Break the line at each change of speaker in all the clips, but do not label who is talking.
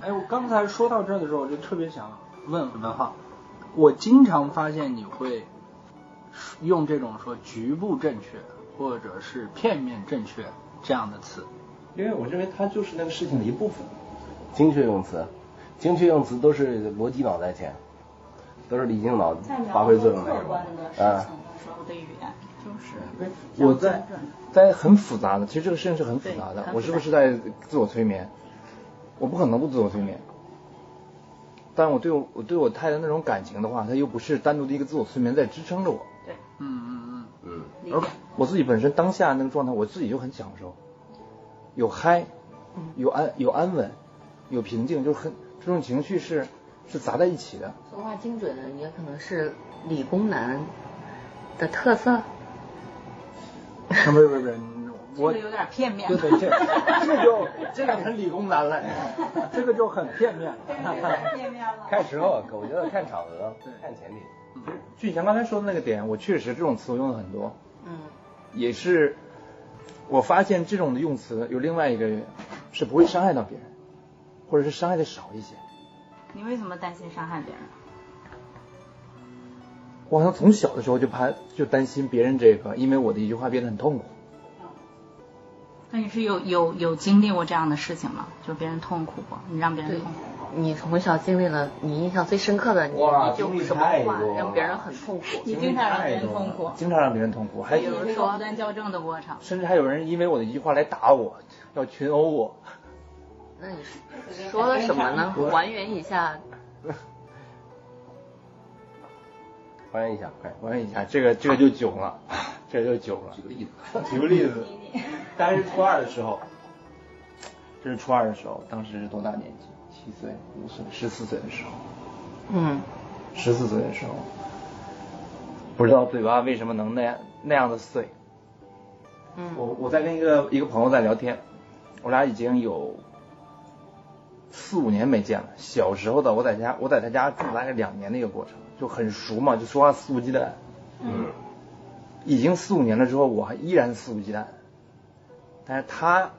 哎，我刚才说到这儿的时候，我就特别想问文浩，我经常发现你会用这种说局部正确或者是片面正确这样的词，
因为我认为它就是那个事情的一部分。
精确用词，精确用词都是逻辑脑在前，都是理性脑
在描
发挥
述
作
客
用的。
观的事情
啊，
的时候的语言，就是
因为我在在很复杂的，其实这个事情是很复杂
对很复
的
杂。
我是不是在自我催眠？我不可能不自我催眠。但我对我我对我太太那种感情的话，它又不是单独的一个自我催眠在支撑着我，
对
嗯嗯
嗯，
理
而
解。
我自己本身当下那个状态，我自己就很享受，有嗨，有安有安稳，有平静，就是很这种情绪是是杂在一起 的。
说话精准的也可能是理工男的特色。
嗯，不是不是不是，我
这个有点片面。
对对这这 就这个
很理工男了。
这个就很片面
这
啊
个有点片面了。
看时候，我觉得看场合
对，
看前提。
就以前刚才说的那个点，我确实这种词我用的很多，
嗯，
也是我发现这种的用词有另外一个是不会伤害到别人，或者是伤害的少一些。
你为什么担心伤害别人？
我好像从小的时候就怕就担心别人这个，因为我的一句话变得很痛苦。
那你是有有有经历过这样的事情吗？就别人痛苦过，你让别人
对
痛苦过。，
你从小经历了你印象最深刻的，你
哇
一句
经历
什么
太
话
多了
让别人很痛苦？
你经常让别人痛苦，哎
经常让别人痛苦，还
有人说无端校正的过程。
甚至还有人因为我的一句话来打我，要群殴我。
那你说了什么呢？还原一下，
还原一下，快，
我问一下，这个这个就囧了， 这个就囧了
举。个例子。
举个例子，大概是初二的时候，这是初二的时候，当时是多大年纪？七岁、五岁、十四岁的时候，
嗯，
十四岁的时候，不知道嘴巴为什么能那样那样的碎。
嗯
我我在跟一个一个朋友在聊天，我俩已经有四五年没见了。小时候的我在家，我在他家住大概两年的一个过程，就很熟嘛，就说话肆无忌惮。
嗯，
已经四五年了之后，我还依然肆无忌惮。但是他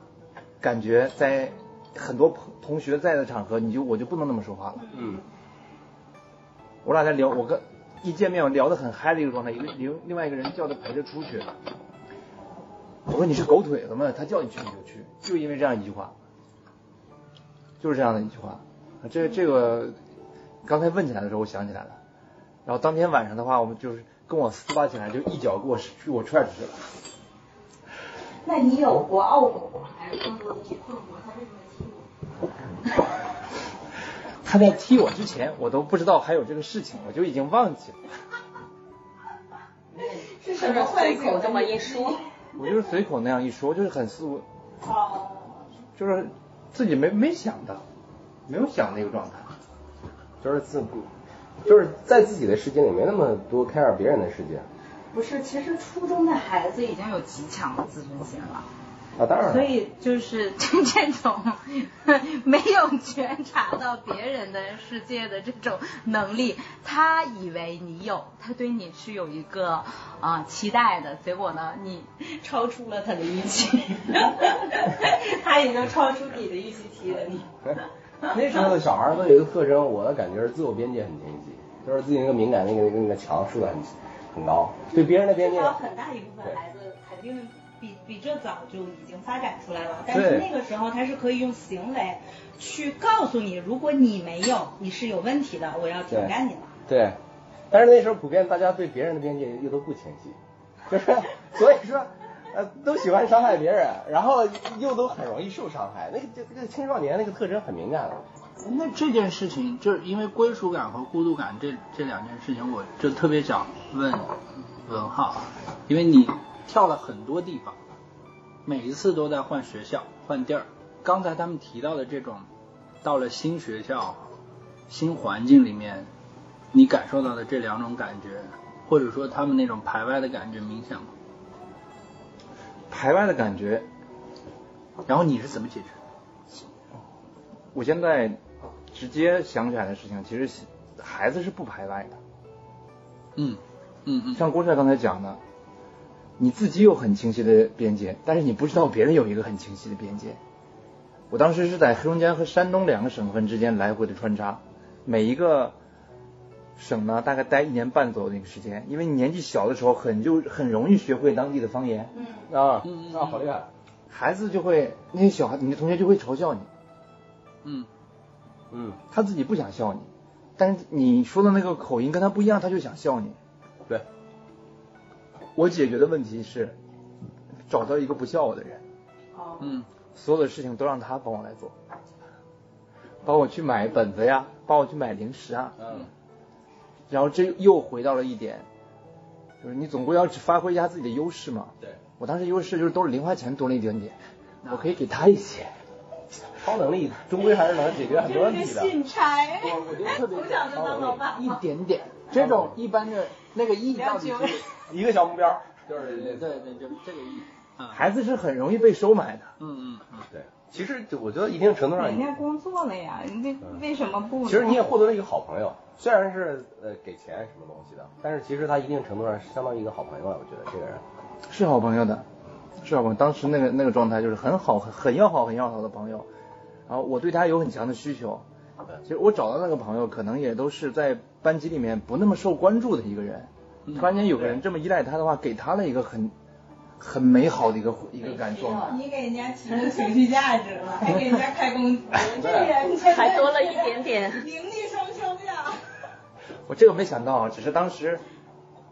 感觉在很多朋同学在的场合，你就我就不能那么说话了。
嗯，
我俩在聊，我跟一见面我聊得很嗨的一个状态，一个另另外一个人叫他陪着出去，我说你是狗腿子吗？他叫你去你就去，就因为这样一句话，就是这样的一句话。这这个刚才问起来的时候我想起来了，然后当天晚上的话，我们就是跟我撕巴起来，就一脚给我去我踹出去了。
那你有过懊悔吗？还是更多的是困惑？他为什么欺负你？
他在踢我之前，我都不知道还有这个事情，我就已经忘记了。
是什么
随口这么一说，
我就是随口那样一说，就是很肆无，
哦，
就是自己没没想到，没有想的一个状态。
就是自，就是在自己的世界里没那么多 care 别人的世界
不是，其实初中的孩子已经有极强的自尊心了，
啊，当然了。
所以就是 这这种没有觉察到别人的世界的这种能力，他以为你有，他对你是有一个啊、呃期待的，结果呢，你超出了他的预期，
他已经超出你的预期提了你。
那时候的小孩儿都有一个特征，我的感觉是自我边界很清晰，就是自己那个敏感那个那个那个墙竖的很很高，对别人的边
至
界
少很大一部分孩子肯定比比这早就已经发展出来了，但
对
是那个时候他是可以用行为去告诉你，如果你没有，你是有问题的，我啊要挑战你了。
对，但是那时候普遍大家对别人的边界又都不清晰，就是所以说。呃，都喜欢伤害别人，然后又都很容易受伤害。那个就这个青少年那个特征很敏感了。
那这件事情，就是因为归属感和孤独感这这两件事情，我就特别想问文浩，啊因为你跳了很多地方，每一次都在换学校、换地儿。刚才他们提到的这种，到了新学校、新环境里面，你感受到的这两种感觉，或者说他们那种排外的感觉明显吗？
排外的感觉。
然后你是怎么解决？
我现在直接想起来的事情，其实孩子是不排外的。
嗯嗯嗯，
像郭帅刚才讲的，你自己有很清晰的边界，但是你不知道别人有一个很清晰的边界，我当时是在黑龙江和山东两个省份之间来回的穿插，每一个省呢大概待一年半左右的一个时间，因为你年纪小的时候很就很容易学会当地的方言，
嗯，
啊
嗯嗯
啊，好厉害，
孩子就会那些小孩，你的同学就会嘲笑你，
嗯，
嗯，
他自己不想笑你，但是你说的那个口音跟他不一样，他就想笑你。
对，
我解决的问题是找到一个不笑我的人，
哦，
嗯，
所有的事情都让他帮我来做，帮我去买本子呀，帮我去买零食啊，
嗯，
然后这又回到了一点，就是你总归要发挥一下自己的优势嘛。
对，
我当时优势就是兜里零花钱多了一点点，
啊
我可以给他一些。
超能力终归还是能解决很多问
真
题
是
的
个。信差，哎
我我觉得特别
从小就当老板
一
吗？
点点，这种一般的那个意到
两
底
九，
是？
一个小目标，就
对
是
对对，就这个意。啊，
孩子是很容易被收买的，
嗯嗯嗯，
对。其实我觉得一定程度上
人
你，
家工作了呀，人家为什么不呢？
其实你也获得了一个好朋友，虽然是呃给钱什么东西的，但是其实他一定程度上是相当于一个好朋友了。我觉得这个人，
是好朋友的，是好朋友。当时那个那个状态就是很好、很很要好、很要好的朋友，然后我对他有很强的需求。
呃
其实我找到那个朋友，可能也都是在班级里面不那么受关注的一个人。突然间有个人这么依赖他的话，给他了一个很很美好的一个一个感受。
你给人家提供情绪价值 了，还给人家开工资，这人真的
啊还多了一点点。
名利双收呀。
我这个没想到啊，只是当时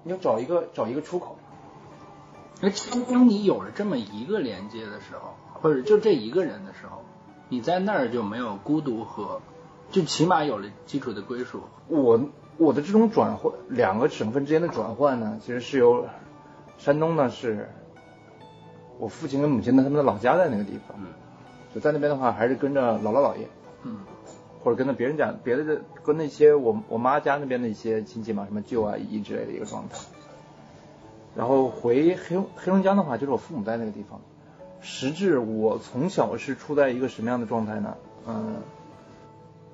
你要找一个找一个出口。
那当当你有了这么一个连接的时候，或者就这一个人的时候，你在那儿就没有孤独和，就起码有了基础的归属。
我我的这种转换，两个省份之间的转换呢，其实是由山东呢是我父亲跟母亲的他们的老家在那个地方，
嗯
就在那边的话，还是跟着姥姥姥爷，
嗯
或者跟着别人家别的跟那些我我妈家那边的一些亲戚嘛，什么舅啊姨之类的一个状态。然后回黑龙黑龙江的话，就是我父母在那个地方。实质我从小是处在一个什么样的状态呢？嗯，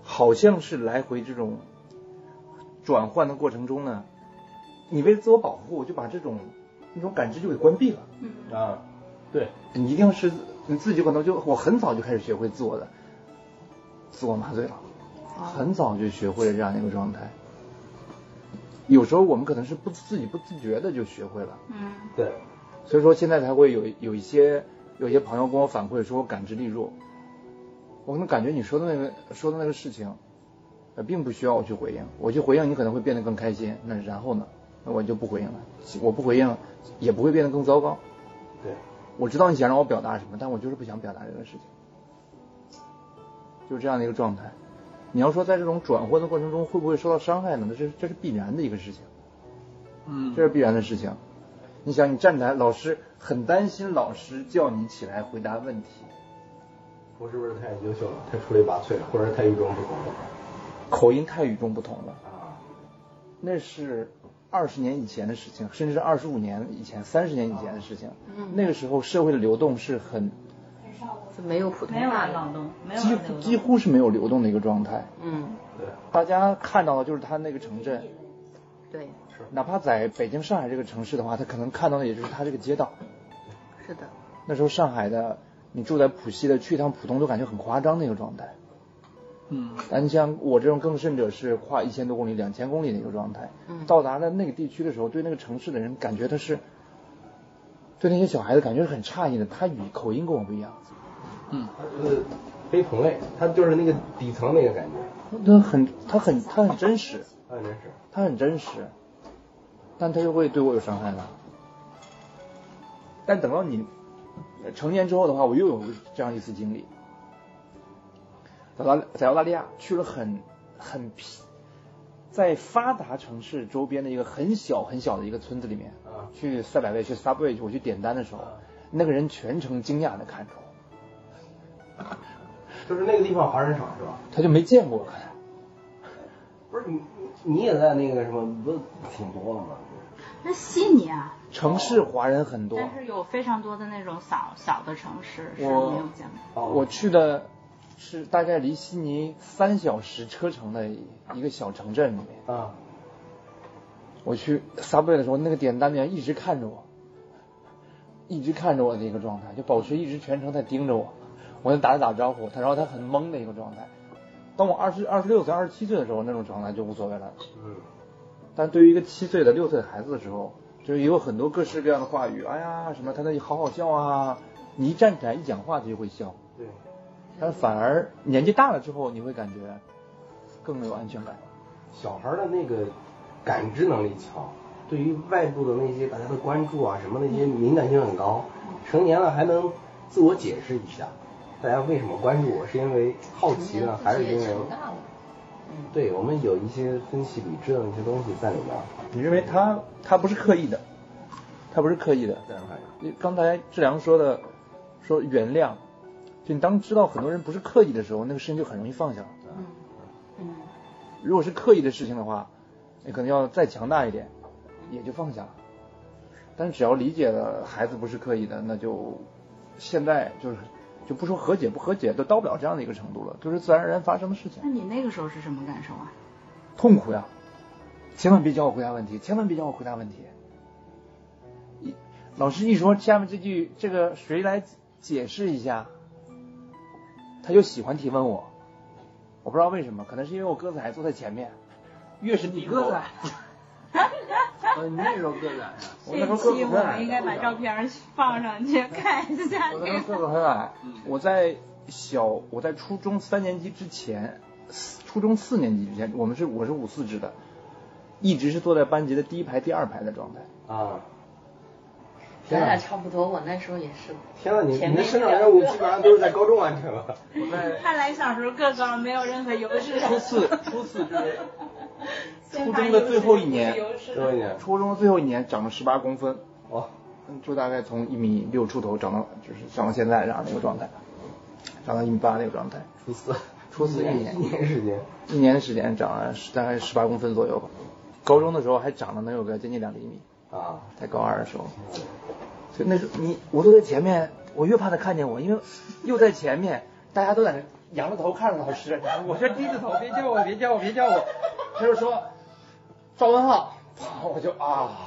好像是来回这种转换的过程中呢，你为了自我保护，就把这种那种感知就给关闭了。
啊，对，
你一定是你自己可能就我很早就开始学会自我的自我麻醉了，很早就学会了这样的一个状态。有时候我们可能是不自己不自觉的就学会了，
嗯，
对，
所以说现在才会有有一些有一些朋友跟我反馈说我感知力弱，我可能感觉你说的那个说的那个事情，呃，并不需要我去回应，我去回应你可能会变得更开心，那然后呢，那我就不回应了，我不回应也不会变得更糟糕。
对，
我知道你想让我表达什么，但我就是不想表达这个事情，就是这样的一个状态。你要说在这种转换的过程中会不会受到伤害呢？那这这是必然的一个事情，
嗯，
这是必然的事情。你想，你站台老师很担心，老师叫你起来回答问题，
我是不是太优秀了，太出类拔萃了，或者太与众不同了？
口音太与众不同了，
啊，
那是二十年以前的事情，甚至是二十五年以前、三十年以前的
哦
事情。
嗯
那个时候社会的流动是很
就没有普通
没有
话
啊，
了。
老东，没有
几
啊
乎
刘
几
东。
乎是没有流动的一个状态。
嗯，
对，
大家看到的就是他那个城镇，
对，
哪怕在北京、上海这个城市的话，他可能看到的也就是他这个街道。
是的，
那时候上海的，你住在浦西的，去一趟浦东都感觉很夸张的一个状态。
嗯
但你像我这种更甚者是跨一千多公里、两千公里的一个状态，
嗯
到达了那个地区的时候，对那个城市的人感觉他是，对那些小孩子感觉是很诧异的，他语口音跟我不一样，
嗯，
他就是非同类，他就是那个底层那个感觉，
他很他很他很真实，
啊，真是。
他很真实，但他又会对我有伤害了。但等到你呃成年之后的话，我又有这样一次经历，在澳大在澳大利亚去了很很僻，在发达城市周边的一个很小很小的一个村子里面，
啊
去赛百味去 Subway 去我去点单的时候
啊，
那个人全程惊讶的看着我。
就是那个地方华人少是吧？
他就没见过，可能
不是你你也在那个什么，不是挺多的吗？
那悉尼啊，
城市华人很多，
但是有非常多的那种小小的城市是没
我
有见过。
哦
我去的是大概离悉尼三小时车程的一个小城镇里面。
啊，
我去 Subway 的时候，那个点单的人一直看着我，一直看着我的一个状态，就保持一直全程在盯着我。我跟他打了打招呼，他然后他很懵的一个状态。当我二十二十六岁、二十七岁的时候，那种状态就无所谓了。
嗯，
但对于一个七岁的、六岁的孩子的时候，就是也有很多各式各样的话语，哎呀什么，他那好好笑啊，你一站起来一讲话他就会笑。
对，
但反而年纪大了之后，你会感觉更有安全感。
小孩儿的那个感知能力强，对于外部的那些大家的关注啊什么
嗯
那些敏感性很高，成年了还能自我解释一下，大家为什么关注我，是因为好奇呢，还是因为？
长大了，嗯，
对我们有一些分析理智的那些东西在里面，
你认为他他不是刻意的，他不是刻意的。
自然反
刚才志良说的，说原谅，就你当知道很多人不是刻意的时候，那个事情就很容易放下了。
应。
嗯，
如果是刻意的事情的话，你可能要再强大一点，也就放下了。但是只要理解了孩子不是刻意的，那就现在就是就不说和解不和解，都到不了这样的一个程度了，就是自然而然发生的事情
那。你那个时候是什么感受啊？
痛苦呀！千万别叫我回答问题，千万别叫我回答问题。一老师一说下面这句，这个谁来解释一下？他就喜欢提问我，我不知道为什么，可能是因为我鸽子还坐在前面，越是低头
鸽子啊呃，你那时候个子矮啊？
我那时候个子很矮，
片放上去看一下
我那时候个子很矮
嗯，
我在小我在初中三年级之前，四初中四年级之前，我们是我是五四制的，一直是坐在班级的第一排、第二排的状态。
啊！天
咱俩
呐，
差不多，我那时候也是。
天呐，你
前
你
面
的生长
两
任务
个
基本上都是在高中完成了。
我在
看来小时候个高没有任何优势。
初四初四就是
先
初
发
中的
优势
最后一年，
优势
最后一年，
初中的最后一年长了十八公分，
哦，
嗯就大概从一米六出头长到就是长到现在这样的一个状态，长到一米八那个状态，
初四，
初四一
一
年
年时间，
一年时间长了十大概十八公分左右吧。高中的时候还长了能有个接近两厘米，
啊，
在高二的时候，所以那时候你我坐在前面，我越怕他看见我，因为又在前面，大家都在那仰着头看着老师， 我就低着头，别叫我，别叫我，别叫我。他就说赵文浩， 我就啊，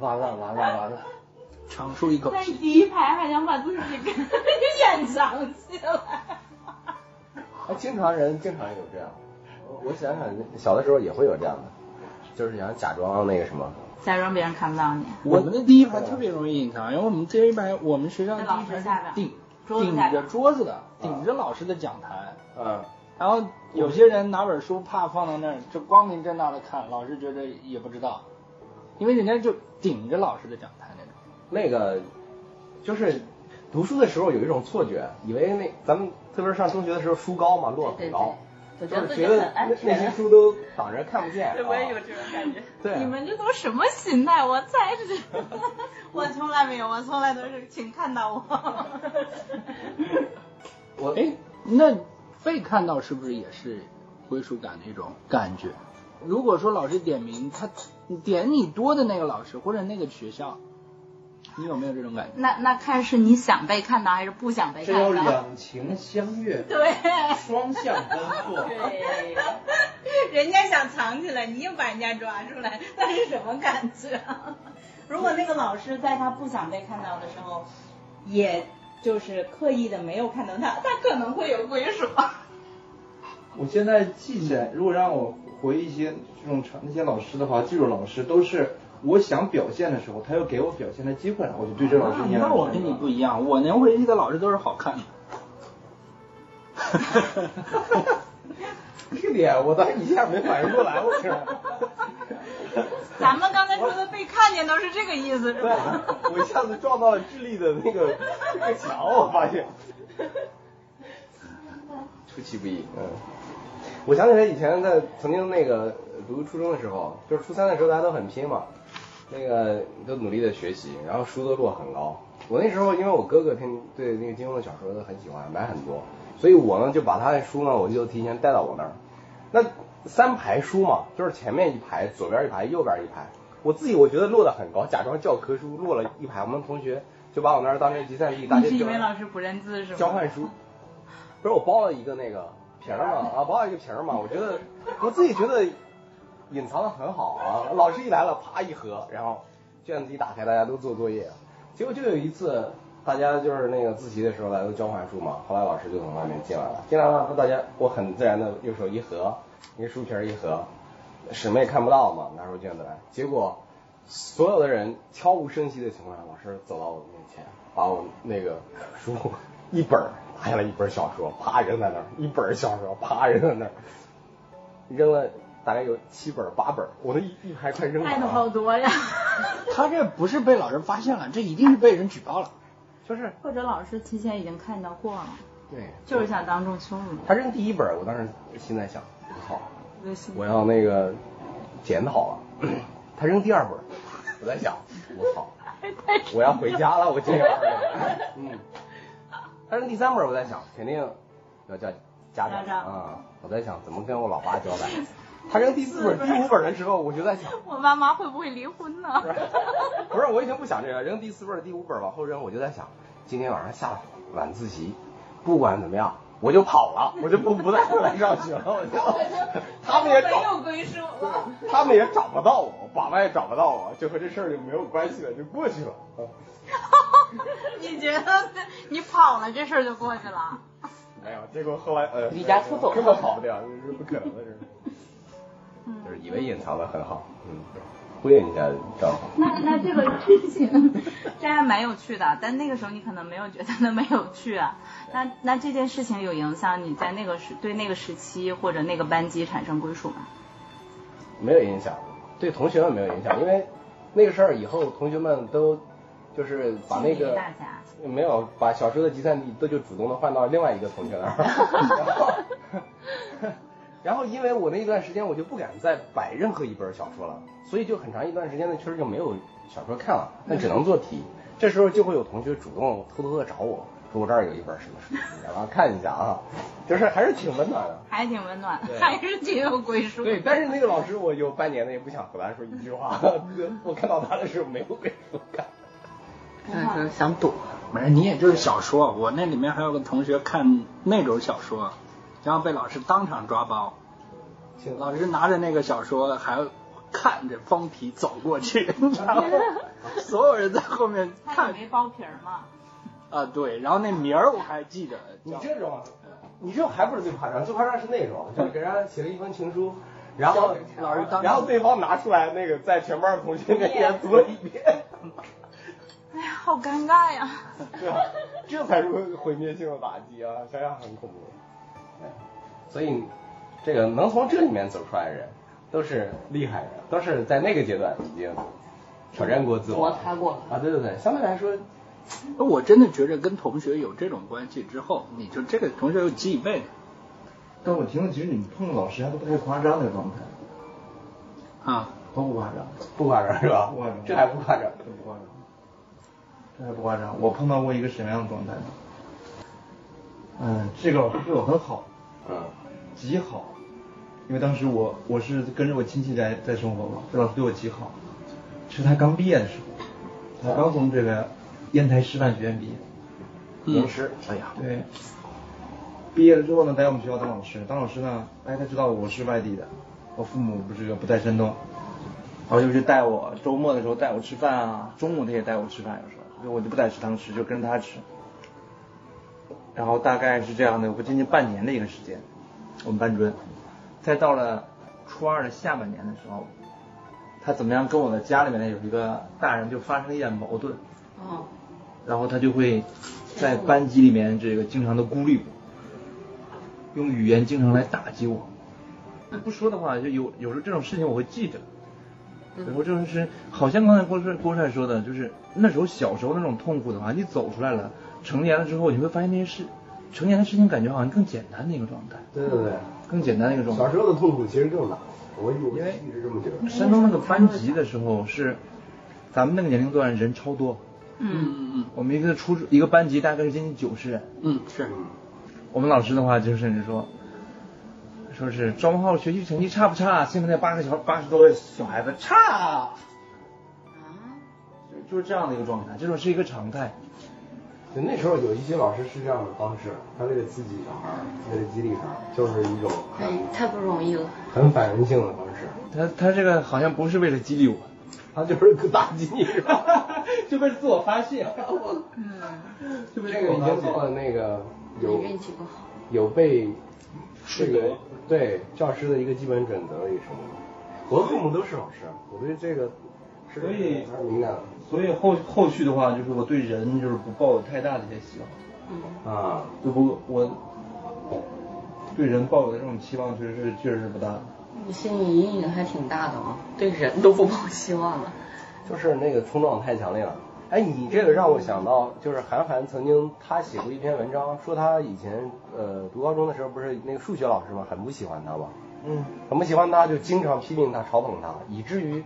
完了完了完了。
长舒一口
在
气。
第一排还想把自己给 掩藏起来。
啊，经常人经常有这样。我我想想，小的时候也会有这样的，就是想假装那个什么。
假装别人看不到你，
我们的第一排特别容易隐藏，因为我们第一排，我们学校第一排是顶
老师下边
顶着桌子的，顶着老师的讲台。
嗯，
然后有些人拿本书怕放到那儿，就光明正大的看，老师觉得也不知道，因为人家就顶着老师的讲台那种。
那个就是读书的时候有一种错觉，以为那咱们特别是上中学的时候书高嘛，摞得
对
很
对
高，
我觉
就
得
是
自
觉
己
得
很
那
安
那些
全。
书都挡着看不见。
对，我也有
啊。
这种感觉。
对
你们这都什么心态？我才是，
我从来没有，我从来都是请看 到我。
我
哎，那被看到是不是也是归属感的一种感觉？如果说老师点名，他点你多的那个老师或者那个学校，你有没有这种感觉？
那那看是你想被看到还是不想被
这
看
要
到？
两情相悦，
对，
双向奔 赴。
哎
对，
人家想藏起来，你又把人家抓出来，那是什么感觉？啊如果那个老师在他不想被看到的时候，也就是刻意的没有看到他，他可能会有归 属。
我现在记起来，如果让我回一些这种场那些老师的话，记住老师都是我想表现的时候，他又给我表现的机会了，我就对这老师印象
那
很
我
深
跟你
刻
不一 样，我能回去的老师都是好看的。
这个点我当时一下没反应过来，我 天！
咱们刚才说的被看见都是这个意思，是
对
吧？，
我一下子撞到了智力的那个那个墙，我发现。出其不意，嗯。我想起来以前在曾经那个呃读初中的时候，就是初三的时候大家都很拼嘛，那个都努力的学习，然后书都摞很高。我那时候因为我哥哥天对那个金庸的小说都很喜欢，买很多，所以我呢就把他的书呢我就提前带到我那儿。那三排书嘛，就是前面一排，左边一排，右边一排。我自己我觉得摞得很高，假装教科书摞了一排，我们同学就把我那儿当成集散地，大
你
家
是
就
因为老师不认字是吗？
交换 书，不是我包了一个那个瓶儿嘛，啊，包了一个瓶儿嘛，我觉得我自己觉得隐藏的很好啊，老师一来了，啪一合，然后卷子一打开，大家都做作业，结果就有一次大家就是那个自习的时候来都交换书嘛，后来老师就从外面进来了，进来了，大家我很自然的右手一合，一个书皮儿一合，什么也看不到嘛，拿出卷子来，结果所有的人悄无声息的情况下，老师走到我面前，把我那个书一本儿拿下来一本小说，啪扔在那儿，一本小说啪扔在那儿，扔了大概有七本儿八本儿，我那一一排快扔
爱
满
的
了。
好多呀，
他这不是被老人发现了，这一定是被人举报了。
就是
或者老师提前已经看到过了，
对，
就是想当众羞辱。
他扔第一本儿，我当时心在想，我靠，
微信
我要那个检讨了。他扔第二本儿，我在想，我操，我要回家了，我 这样。嗯，他扔第三本儿，我在想，肯定要叫家
家
长
长
啊、我在想怎么跟我老爸交代。他扔第四本儿、第五本儿的时候，我就在想，
我妈妈会不会离婚呢？
不是，我已经不想这个，扔第四本儿、第五本儿往后扔，我就在想，今天晚上下晚自习，不管怎么样，我就跑了，我就不不再回来上学了，我 就他们也
没
找，
有归属了。
对他们也找不到我，爸妈也找不到我，就和这事儿就没有关系了，就过去了。
你觉得你跑了这事儿就过去了？
没有，结果后来呃，
离家出走了
根本跑不掉，这是不可能的事。就是以为隐藏的很好，嗯，忽略一下正好。
那那这个事情，这还蛮有趣的，但那个时候你可能没有觉得它没有趣啊。那那这件事情有影响你在那个时对那个时期或者那个班级产生归属吗？
没有影响，对同学们没有影响，因为那个事儿以后同学们都就是把那
清理
个
大家
没有把小时候的集散地都就主动的换到另外一个同学那 儿，然后然后因为我那一段时间我就不敢再摆任何一本小说了，所以就很长一段时间的确实就没有小说看了，那只能做题。这时候就会有同学主动偷偷的找我，说我这儿有一本什么书，然后看一下啊，就是还是挺温暖的。
还挺温暖
对，
还是挺有归属。
对，但是那个老师，我有半年的也不想和他说一句话。 我看到他的时候没有归属感。
但是嗯想躲，
没事，你也就是小说。我那里面还有个同学看那种小说，然后被老师当场抓包。老师拿着那个小说，还看着方皮走过去， 然后所有人在后面
他
看
以为包皮儿嘛，
啊，对，然后那名儿我还记着，
你
叫
这种，你这种还不是最夸张，最夸张是那种，就是给人家写了一封情书，然后
老师当
然后对方拿出来那个在全班同学面前读了一 遍，
哎呀，好尴尬呀。
对吧？ 这才是毁灭性的打击啊！想想很恐怖。对，所以这个能从这里面走出来的人，都是厉害人，都是在那个阶段已经挑战过自我
摩
了，
擦过了。
啊，对对对，相对来说，
我真的觉着跟同学有这种关系之后，你就这个同学就记一辈子
但我听了，其实你们碰到老师还都不太夸张的状态，
啊。
都不夸张，
不夸张是吧？
不夸张
这还不夸张。
这不夸张，这还不夸张。我碰到过一个什么样的状态呢？嗯，这个老师对我很好，
嗯，
极好，因为当时我我是跟着我亲戚在在生活嘛，这老师对我极好，是他刚毕业的时候，他刚从这个烟台师范学院毕业，
嗯，
师，哎呀，
对，毕业了之后呢，在我们学校当老师，当老师呢，哎，他知道我是外地的，我父母不是不在山东，然后就是带我周末的时候带我吃饭啊，中午他也带我吃饭，有时候就我就不在食堂吃，就跟着他吃。然后大概是这样的，有个接近半年的一个时间，我们班主任。再到了初二的下半年的时候，他怎么样跟我的家里面呢有一个大人就发生了一点矛盾，
嗯，
然后他就会在班级里面这个经常的孤立我，用语言经常来打击我。不说的话，就有有时候这种事情我会记着。然后就是好像刚才郭帅郭帅说的，就是那时候小时候那种痛苦的话，你走出来了，成年了之后你会发现这些事，成年的事情感觉好像更简单的一个状态，
对对对，
更简单的一个状态
小。时候的痛苦其实更大，我我一直这么觉得。
山东那个班级的时候是，咱们那个年龄段人超多，
嗯，
嗯
我们一个初一个班级大概是接近九十人。
嗯嗯，是，
我们老师的话就甚至说，说是庄浩学习成绩差不差？现在那八个小八十多个小孩子差，
啊
就就是这样的一个状态，这种是一个常态。
就那时候有一些老师是这样的方式，他为了刺激小孩儿，为了激励小孩儿，就是一种
哎，
很
太不容易了。
很反人性的方式，
他他这个好像不是为了激励我，
他就是打击你，是吧？
就被自我发泄，我就被
这
自
个
我
已
发
经做了
泄。
那个有
嗯你运气不好，
有被
是
这个
的
对教师的一个基本准则与什么的。我的父母都是老师，我对这个是
所以
还是敏感
所以后后续的话，就是我对人就是不抱有太大的一些希望。
的啊。
就不我对人抱有的这种期望，确实是确实是不大的。
你心理阴影还挺大的啊，对人都不抱希望了。
就是那个冲撞太强烈了。哎，你这个让我想到，就是韩寒曾经他写过一篇文章，说他以前呃读高中的时候，不是那个数学老师嘛，很不喜欢他嘛，
嗯，
很不喜欢他，就经常批评他、嘲讽他，以至于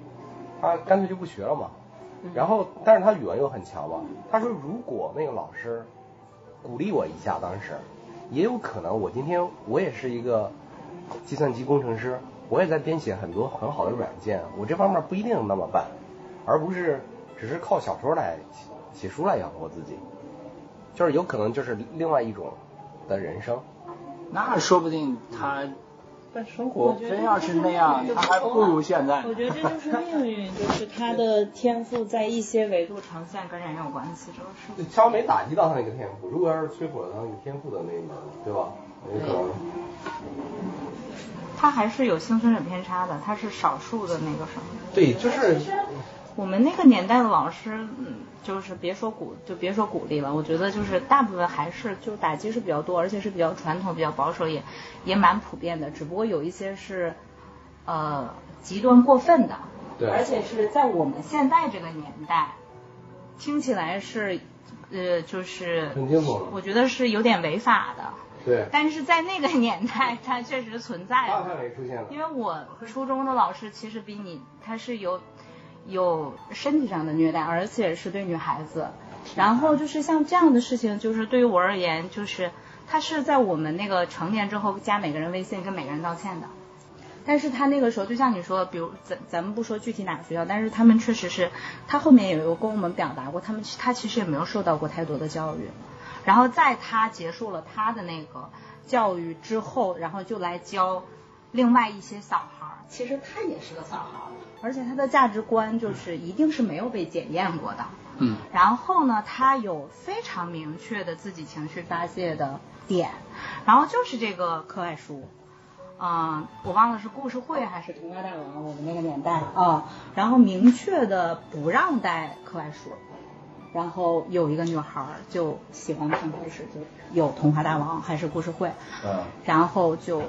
他干脆就不学了嘛。然后，但是他语文又很强嘛，他说如果那个老师鼓励我一下，当时也有可能我今天我也是一个计算机工程师，我也在编写很多很好的软件，我这方面不一定那么办，而不是只是靠小说来写写书来养活自己，就是有可能就是另外一种的人生。
那说不定他
但生
我
活
觉得
真要是那样，他还不如现在。
我觉得这就是命运，就是他的天赋在一些维度呈现跟人有关系，这是
就稍微没打击到他那个天赋，如果要是摧毁了他那个天赋的那一门，对吧？有可能。
他还是有幸存者偏差的，他是少数的那个什么。
对，就是
我们那个年代的老师，嗯，就是别说鼓，就别说鼓励了，我觉得就是大部分还是就打击是比较多，而且是比较传统、比较保守，也也蛮普遍的。只不过有一些是，呃，极端过分的，
对
而且是在我们现在这个年代，听起来是，呃，就是
很惊悚
我觉得是有点违法的，
对，
但是在那个年代，它确实存在
大
的。
范围出现了。
因为我初中的老师其实比你，他是有有身体上的虐待，而且是对女孩子。然后就是像这样的事情，就是对于我而言，就是他是在我们那个成年之后加每个人微信跟每个人道歉的。但是他那个时候，就像你说，比如咱咱们不说具体哪个学校，但是他们确实是，他后面也有跟我们表达过，他们其他其实也没有受到过太多的教育。然后在他结束了他的那个教育之后，然后就来教另外一些小孩儿，其实他也是个小孩儿，而且他的价值观就是一定是没有被检验过的。
嗯，
然后呢，他有非常明确的自己情绪发泄的点，然后就是这个课外书，啊、我忘了是故事会还是童话大王，我们那个年代啊、然后明确的不让带课外书，然后有一个女孩儿就喜欢看故事，就有童话大王还是故事会，
嗯，
然后就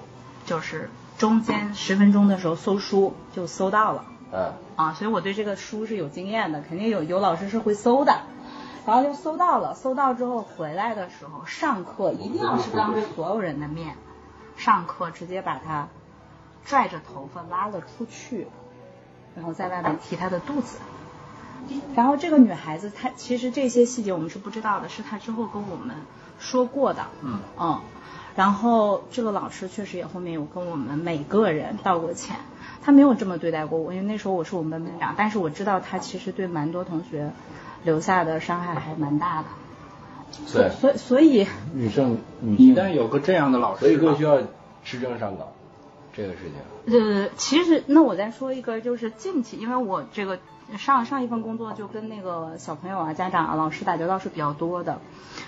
就是中间十分钟的时候搜书就搜到了。
嗯，
啊，所以我对这个书是有经验的，肯定有有老师是会搜的，然后就搜到了，搜到之后回来的时候上课一定要是当着所有人的面上课，直接把他拽着头发拉了出去，然后在外面提他的肚子。然后这个女孩子，她其实这些细节我们是不知道的，是她之后跟我们说过的。
嗯
然后这个老师确实也嗯后面有跟我们每个人道过歉，他没有这么对待过我，因为那时候我是我们班班长，但是我知道他其实对蛮多同学留下的伤害还蛮大的。
对。
所以所以
女生女
一旦有个这样的老
所以
师
更
吧，
需要持正上纲，这个事情。
呃，其实那我再说一个，就是近期，因为我这个上上一份工作就跟那个小朋友啊、家长啊、老师打交道是比较多的。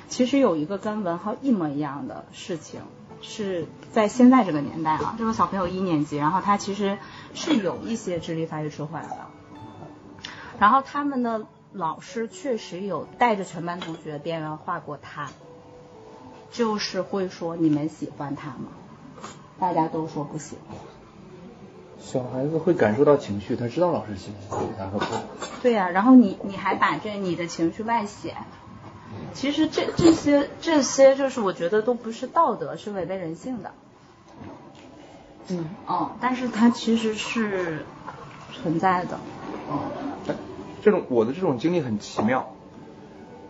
其实有一个跟文浩一模一样的事情，是在现在这个年代啊，这个小朋友一年级，然后他其实是有一些智力发育迟缓的，然后他们的老师确实有带着全班同学边缘化过他，就是会说你们喜欢他吗？大家都说不喜欢。
小孩子会感受到情绪，他知道老师喜欢他和不。
对呀、然后你你还把这你的情绪外显，其实这这些这些就是我觉得都不是道德，是违背人性的。嗯，哦，但是它其实是存在的。
这种我的这种经历很奇妙，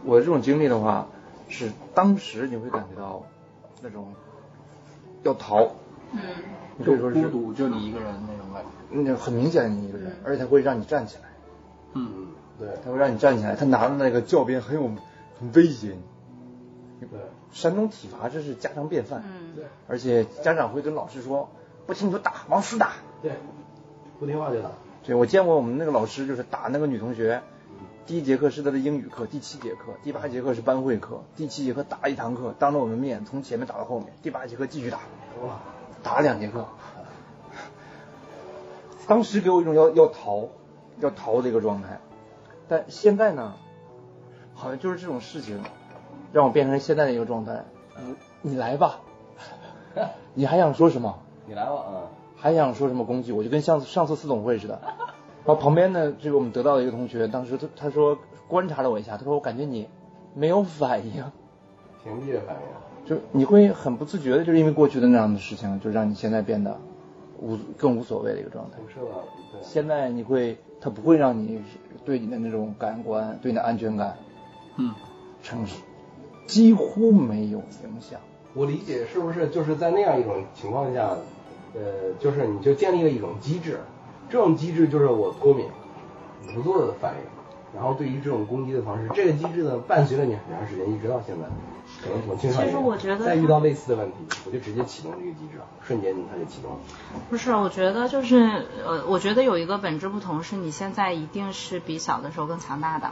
我的这种经历的话，是当时你会感觉到那种要逃，
嗯
就
可以说
孤
是
独，就你一个人那种感觉。
那很明显你一个人，而且他会让你站起来，
嗯，
对
他会让你站起来，他拿的那个教鞭很有很威胁你。
对，
山东体罚这是家常便饭，
嗯，
而且家长会跟老师说，不听你就打，往死打。
对，不听话就打。嗯
对，我见过我们那个老师，就是打那个女同学，第一节课是他的英语课，第七节课、第八节课是班会课，第七节课打一堂课，当着我们面从前面打到后面，第八节课继续打，哇，打了两节课，当时给我一种要要逃，要逃的一个状态，但现在呢，好像就是这种事情，让我变成现在的一个状态。你你来 吧，你还想说什么？
你来吧，嗯。
还想说什么攻击，我就跟上次上次四总会似的。然后旁边的这个我们得到的一个同学，当时他他说观察了我一下，他说我感觉你没有反应，
平地的反应，
就你会很不自觉的，就是因为过去的那样的事情，就让你现在变得无更无所谓的一个状态。
不是吧？对，
现在你会，他不会让你对你的那种感官、对你的安全感
嗯，
产生几乎没有影响。
我理解是不是就是在那样一种情况下，呃，就是你就建立了一种机制，这种机制就是我脱敏，不做的反应，然后对于这种攻击的方式，这个机制呢伴随了你很长时间，一直到现在，可能从青少年，
其实我觉得
再遇到类似的问题，我就直接启动这个机制，瞬间它就启动了。
不是，我觉得就是呃，我觉得有一个本质不同是，你现在一定是比小的时候更强大的。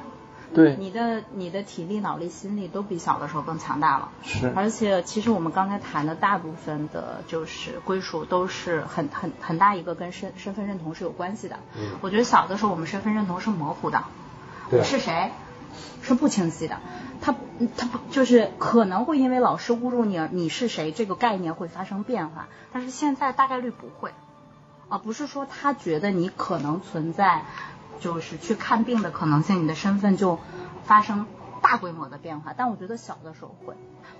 对，
你的你的体力、脑力、心力都比小的时候更强大了。
是
而且其实我们刚才谈的大部分的就是归属，都是很很很大一个跟身身份认同是有关系的。
嗯
我觉得小的时候我们身份认同是模糊的，
对
我是谁是不清晰的。他他不就是可能会因为老师侮辱你而你是谁这个概念会发生变化，但是现在大概率不会。而不是说他觉得你可能存在，就是去看病的可能性，你的身份就发生大规模的变化。但我觉得小的时候会，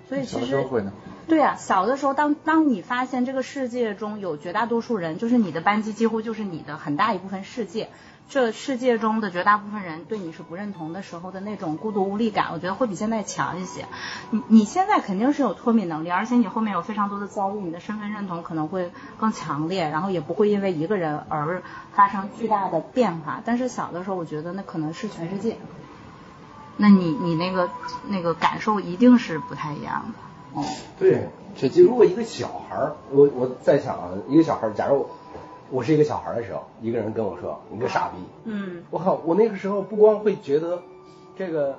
所以
小
其
的时候
实
会呢。
对啊，小的时候当当你发现这个世界中有绝大多数人，就是你的班级几乎就是你的很大一部分世界。这世界中的绝大部分人对你是不认同的时候的那种孤独无力感，我觉得会比现在强一些。你你现在肯定是有脱敏能力，而且你后面有非常多的遭遇，你的身份认同可能会更强烈，然后也不会因为一个人而发生巨大的变化。但是小的时候，我觉得那可能是全世界，那你你那个那个感受一定是不太一样的。哦，
对，
这
就如果一个小孩儿，我我在想啊，一个小孩儿，假如我我是一个小孩儿的时候，一个人跟我说你个傻逼，
嗯，
我靠，我那个时候不光会觉得这个，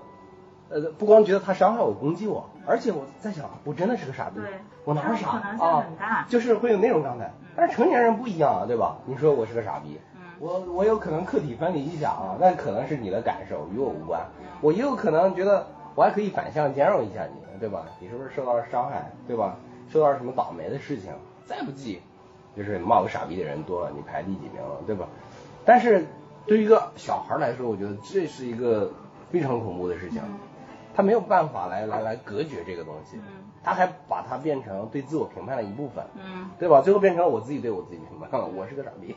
呃，不光觉得他伤害我、攻击我，而且我在想，我真的是个傻逼
对，
我哪儿傻
他可能性
啊
很大？
就是会有那种状态。但是成年人不一样啊，对吧？你说我是个傻逼，
嗯
我我有可能客体分离一下啊，那可能是你的感受与我无关，我也有可能觉得我还可以反向兼容一下你，对吧？你是不是受到了伤害，对吧？受到了什么倒霉的事情？再不济，就是骂我傻逼的人多了，你排第几名了，对吧？但是对于一个小孩来说，我觉得这是一个非常恐怖的事情，他没有办法来来来隔绝这个东西，他还把它变成对自我评判的一部分，
嗯，
对吧？最后变成了我自己对我自己评判了，我是个傻逼，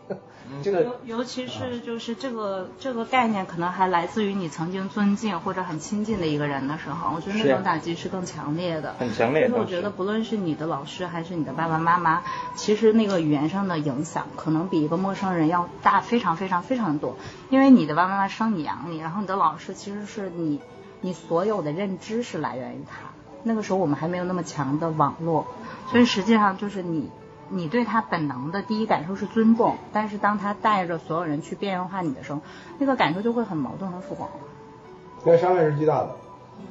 这个
尤尤其是就是这个这个概念，可能还来自于你曾经尊敬或者很亲近的一个人的时候，我觉得那种打击是更强烈的。
很强烈
就是我
当时
觉得不论是你的老师还是你的爸爸妈妈，其实那个语言上的影响，可能比一个陌生人要大非常非常非常多。因为你的爸爸妈妈生你养你，然后你的老师其实是你你所有的认知是来源于他。那个时候我们还没有那么强的网络，所以实际上就是你你对他本能的第一感受是尊重，但是当他带着所有人去边缘化你的时候，那个感受就会很矛盾、很复杂。
那伤害是巨大的。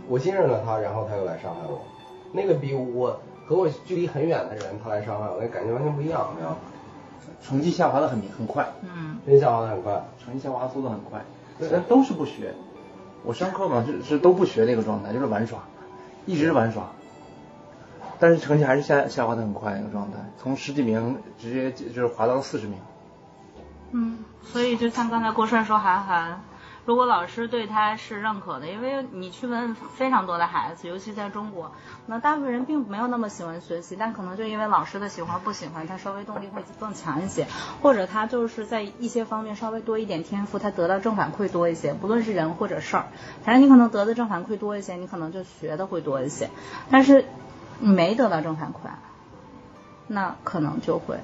我信任了他，然后他又来伤害我，那个比我和我距离很远的人他来伤害我，那感觉完全不一样，没有？
成绩下滑的很很快，
嗯，
真下滑的很快。
成绩下滑速度很快，
对
但都是不学。我上课嘛是是都不学的一个状态，就是玩耍，一直玩耍。但是成绩还是下下滑的很快一个状态，从十几名直接就就是滑到了四十名。
嗯，所以就像刚才郭顺说韩寒，如果老师对他是认可的，因为你去问非常多的孩子，尤其在中国，那大部分人并没有那么喜欢学习，但可能就因为老师的喜欢不喜欢，他稍微动力会更强一些，或者他就是在一些方面稍微多一点天赋，他得到正反馈多一些，不论是人或者事儿，反正你可能得的正反馈多一些，你可能就学的会多一些，但是你没得到正反馈，啊那可能就会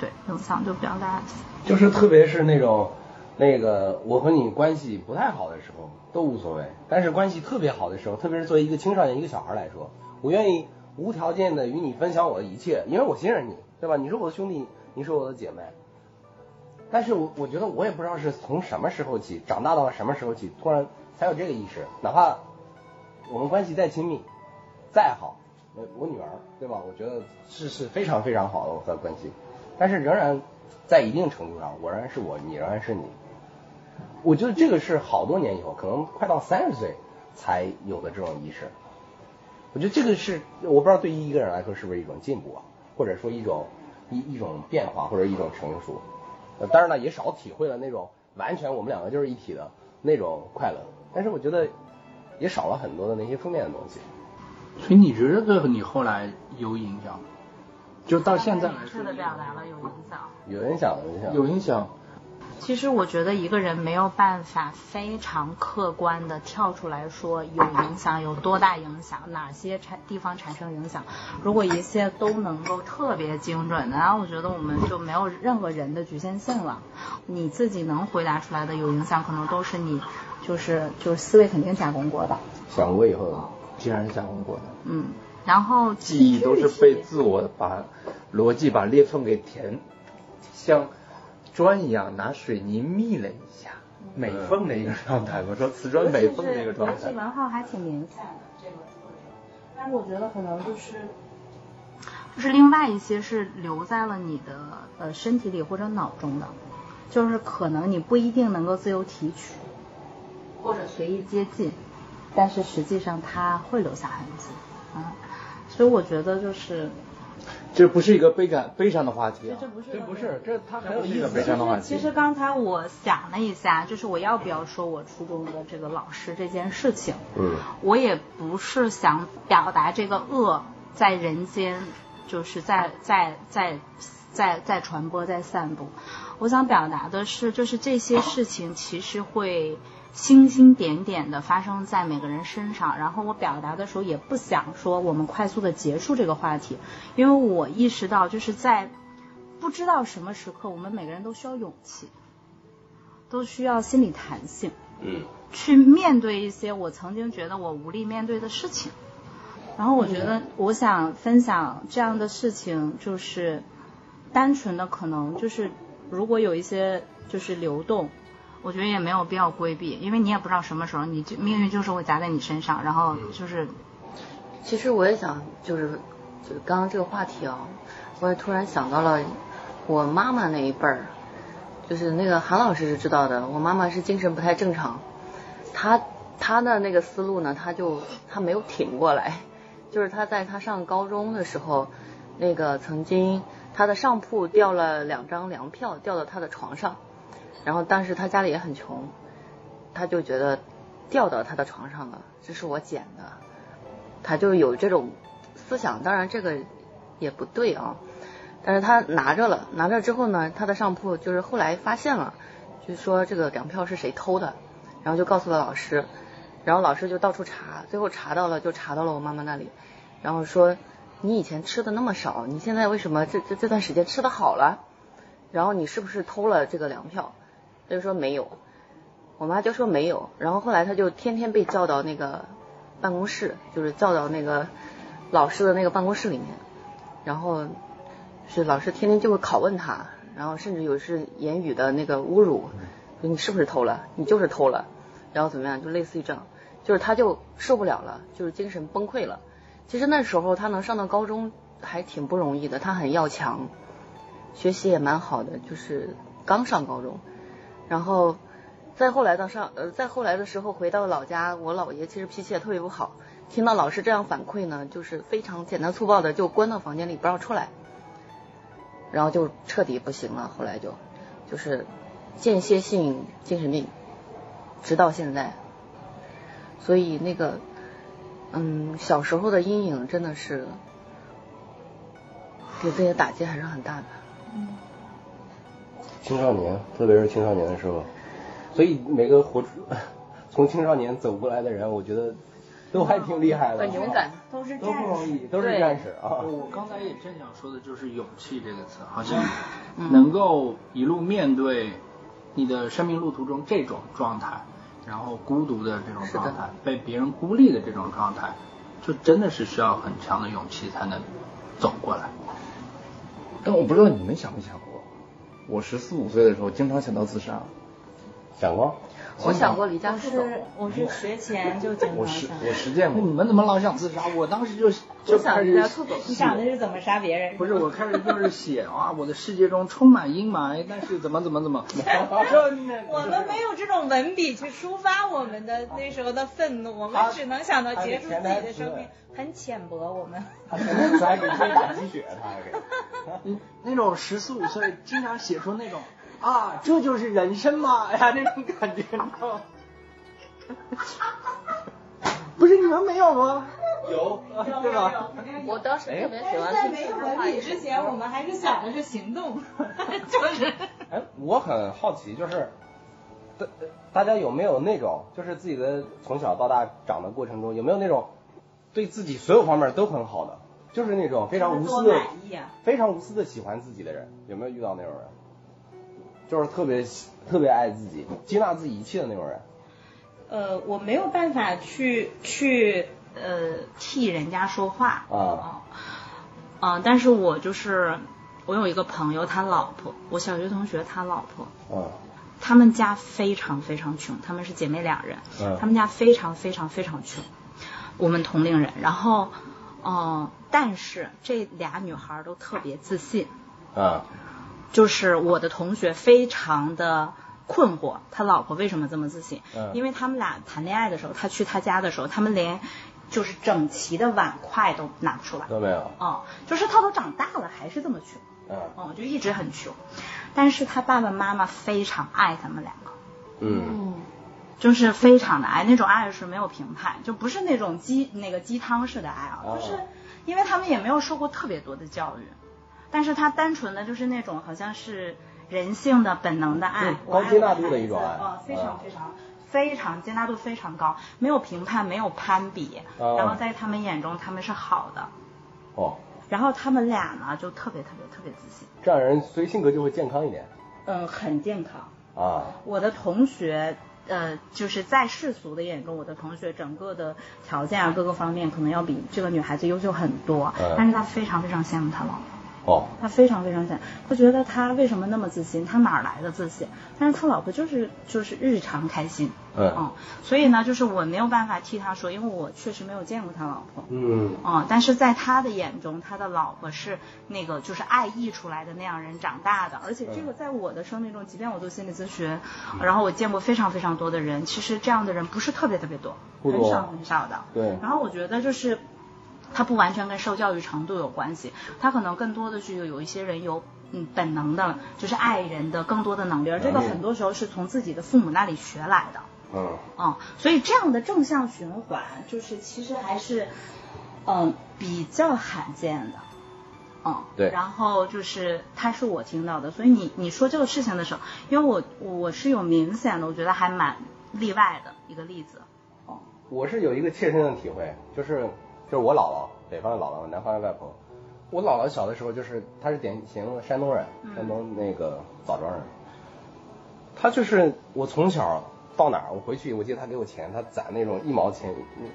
对影响就比较大。
就是特别是那种，那个我和你关系不太好的时候都无所谓，但是关系特别好的时候，特别是作为一个青少年一个小孩来说，我愿意无条件的与你分享我的一切，因为我信任你，对吧？你是我的兄弟，你是我的姐妹。但是我我觉得我也不知道是从什么时候起，长大到了什么时候起，突然才有这个意识。哪怕我们关系再亲密，再好，呃我女儿对吧？我觉得是是非常非常好的我和她关系，但是仍然在一定程度上，我仍然是我，你仍然是你。我觉得这个是好多年以后，可能快到三十岁才有的这种意识。我觉得这个是我不知道对于一个人来说是不是一种进步啊，或者说一种一一种变化或者一种成熟。呃当然了，也少体会了那种完全我们两个就是一体的那种快乐，但是我觉得也少了很多的那些负面的东西。
所以你觉得对你后来有影响吗？就到现在来说
是，的表达了有影响。
有影响的，有影响的。
有影响，
其实我觉得一个人没有办法非常客观的跳出来说有影响有多大影响，哪些产地方产生影响。如果一切都能够特别精准的，然后我觉得我们就没有任何人的局限性了。你自己能回答出来的有影响，可能都是你就是就是思维肯定加工过的。
想过以后，
既然是加工过的，
嗯，然后
记忆都是被自我把逻辑把裂缝给填，像砖一样拿水泥密了一下，美缝的一个状态。我说瓷砖美缝的一个状态
这。文浩还挺明显的这个特征，但是我觉得可能就是。就是另外一些是留在了你的呃身体里或者脑中的，就是可能你不一定能够自由提取，或者随意接近，但是实际上它会留下痕迹啊、所以我觉得就是
这不是一个悲感悲伤的话题啊，
不是
这不是，这他很有
这
意
个
思
悲。伤的话题
其。实刚才我想了一下，就是我要不要说我初中的这个老师这件事情，
嗯，
我也不是想表达这个恶在人间，就是在在在在在传播在散布。我想表达的是，就是这些事情其实会星星点点的发生在每个人身上。然后我表达的时候也不想说我们快速的结束这个话题，因为我意识到就是在不知道什么时刻，我们每个人都需要勇气，都需要心理弹性。
嗯，
去面对一些我曾经觉得我无力面对的事情。然后我觉得，我想分享这样的事情，就是单纯的可能就是，如果有一些就是流动，我觉得也没有必要规避，因为你也不知道什么时候你就命运就是会砸在你身上，然后就是
其实我也想，就是就是刚刚这个话题啊，我也突然想到了我妈妈那一辈儿，就是那个韩老师是知道的，我妈妈是精神不太正常，她她的那个思路呢，她就她没有挺过来，就是她在她上高中的时候，那个曾经她的上铺掉了两张粮票掉到她的床上，然后当时她家里也很穷，她就觉得掉到她的床上了，这是我捡的。他就有这种思想，当然这个也不对啊。但是他拿着了，拿着之后呢，他的上铺就是后来发现了，就说这个粮票是谁偷的，然后就告诉了老师，然后老师就到处查，最后查到了就查到了我妈妈那里，然后说你以前吃的那么少，你现在为什么这这这段时间吃的好了？然后你是不是偷了这个粮票？他就说没有，我妈就说没有，然后后来他就天天被叫到那个办公室，就是叫到那个老师的那个办公室里面，然后是老师天天就会拷问他，然后甚至有是言语的那个侮辱，说你是不是偷了？你就是偷了，然后怎么样？就类似于这样，就是他就受不了了，就是精神崩溃了。其实那时候他能上到高中还挺不容易的，他很要强，学习也蛮好的，就是刚上高中，然后。再后来到上呃，再后来的时候回到老家，我姥爷其实脾气也特别不好，听到老师这样反馈呢，就是非常简单粗暴的就关到房间里不让出来，然后就彻底不行了，后来就就是间歇性精神病，直到现在，所以那个嗯小时候的阴影真的是给自己的打击还是很大的。
青少年，特别是青少年的时候，所以每个活出 从青少年走过来的人，我觉得都还挺厉害的，啊
很勇敢，
都是
都
战
不容
士。
易，都是
对
战士啊。
哦我刚才也正想说的就是勇气这个词，好像
嗯
能够一路面对你的生命路途中这种状态，然后孤独的这种状
是
态，被别人孤立的这种状态，就真的是需要很强的勇气才能走过来。
但我不知道你们想没想过，我十四五岁的时候经常想到自杀。
想过，
我想过离家
我
出走，
是我是学前就经
我
常
实
上。
我实践
那
嗯
过
哎你，们怎么老想自杀？我当时就
我
就开
想离家
始
出走。
你想的是怎么杀别人？
不是，我开始就是写啊，我的世界中充满阴霾，但是怎么怎么 怎么，真的，
我们没有这种文笔去抒发我们的那时候的愤怒，我
他
们只能想到结束自己
他是
的
前
生
台
命
词，
很浅薄。我们
他可能还给吹打鸡血，他还给。
嗯那种十四五岁经常写出那种啊，这就是人生嘛，哎呀那种感觉，你知道吗？不是你们没有吗？
有，
啊对吧？
我当时特别喜欢
哎在
听
没有
说
文
话
笔之前，我们还是想的是行动，就是
哎，我很好奇，就是大大家有没有那种，就是自己的从小到大长的过程中，有没有那种对自己所有方面都很好的，就是那种非常无私
多
的、
满意啊！
非常无私的喜欢自己的人，有没有遇到那种人？就是特别喜特别爱自己、接纳自己一切的那种人。
呃，我没有办法去去呃替人家说话
啊
啊、呃但是我就是我有一个朋友，他老婆，我小学同学他老婆，
嗯，
他们家非常非常穷，他们是姐妹俩人，
嗯
他们家非常非常非常穷，我们同龄人。然后，呃，但是这俩女孩儿都特别自信，
啊，
就是我的同学非常的困惑，他老婆为什么这么自信？
嗯
因为他们俩谈恋爱的时候，他去他家的时候，他们连就是整齐的碗筷都拿不出来。
都没有。
哦，就是他都长大了还是这么穷，
嗯
哦，就一直很穷，但是他爸爸妈妈非常爱他们两个，
嗯
嗯，
就是非常的爱，那种爱是没有评判，就不是那种鸡那个鸡汤式的爱啊，
哦
就是因为他们也没有受过特别多的教育，但是他单纯的就是那种好像是人性的本能的爱，
就
我
高
爱
接纳
我
度的
孩
一种
子
爱
哦，非
啊
常非常。非常接纳度非常高，没有评判，没有攀比，
哦
然后在他们眼中他们是好的，
哦，
然后他们俩呢就特别特别特别自信，
这样人所以性格就会健康一点
嗯，很健康。
啊。
我的同学，呃，就是在世俗的眼中，我的同学整个的条件啊，各个方面可能要比这个女孩子优秀很多
嗯，
但是她非常非常羡慕她老公，
哦，
她非常非常羡慕，她觉得她为什么那么自信，她哪儿来的自信？但是她老婆就是就是日常开心，哦
嗯
所以呢，就是我没有办法替她说，因为我确实没有见过她老婆。
嗯
哦，但是在他的眼中，他的老婆是那个就是爱溢出来的那样人长大的，而且这个在我的生命中，即便我做心理咨询，
嗯
然后我见过非常非常多的人，其实这样的人不是特别特别多，
不
很
多
少很少的。
对
然后我觉得就是。他不完全跟受教育程度有关系，他可能更多的是有一些人有嗯本能的，就是爱人的更多的能力，而这个
能力
很多时候是从自己的父母那里学来的。
嗯
嗯，所以这样的正向循环，就是其实还是，嗯，比较罕见的。嗯，
对
然后就是，它是我听到的，所以你你说这个事情的时候，因为我我是有明显的，我觉得还蛮例外的一个例子。
我是有一个切身的体会，就是就是我姥姥，北方的姥姥，南方的外婆。我姥姥小的时候就是，她是典型的山东人，
嗯
山东那个枣庄人。她就是我从小到哪儿，我回去我记得她给我钱，她攒那种一毛钱、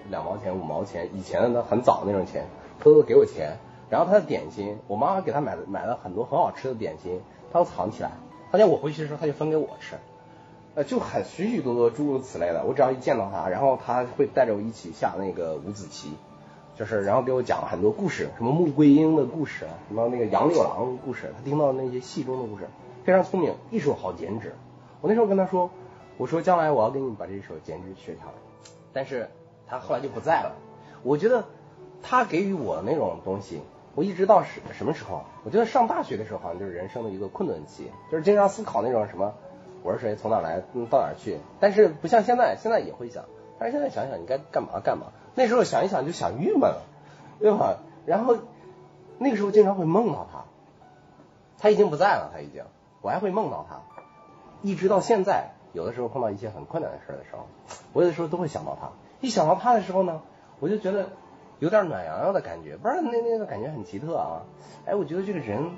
两毛钱、五毛钱，以前的那很早的那种钱，她都给我钱。然后她的点心，我妈妈给她买了买了很多很好吃的点心，她都藏起来。她叫我回去的时候，她就分给我吃。呃，就很许许多多诸如此类的。我只要一见到他，然后他会带着我一起下那个五子棋，就是然后给我讲很多故事，什么穆桂英的故事，啊什么那个杨六郎的故事，他听到那些戏中的故事，非常聪明，一手好剪纸。我那时候跟他说，我说将来我要给你把这手剪纸学下来，但是他后来就不在了。我觉得他给予我那种东西，我一直到什什么时候？啊我觉得上大学的时候好像就是人生的一个困顿期，就是经常思考那种什么我是谁，从哪来，嗯到哪儿去。但是不像现在，现在也会想，但是现在想想你该干嘛干嘛。那时候想一想就想郁闷了，对吧？然后那个时候经常会梦到他，他已经不在了，他已经，我还会梦到他，一直到现在，有的时候碰到一些很困难的事儿的时候，我有的时候都会想到他。一想到他的时候呢，我就觉得有点暖洋洋的感觉，不是那那个感觉很奇特啊。哎，我觉得这个人，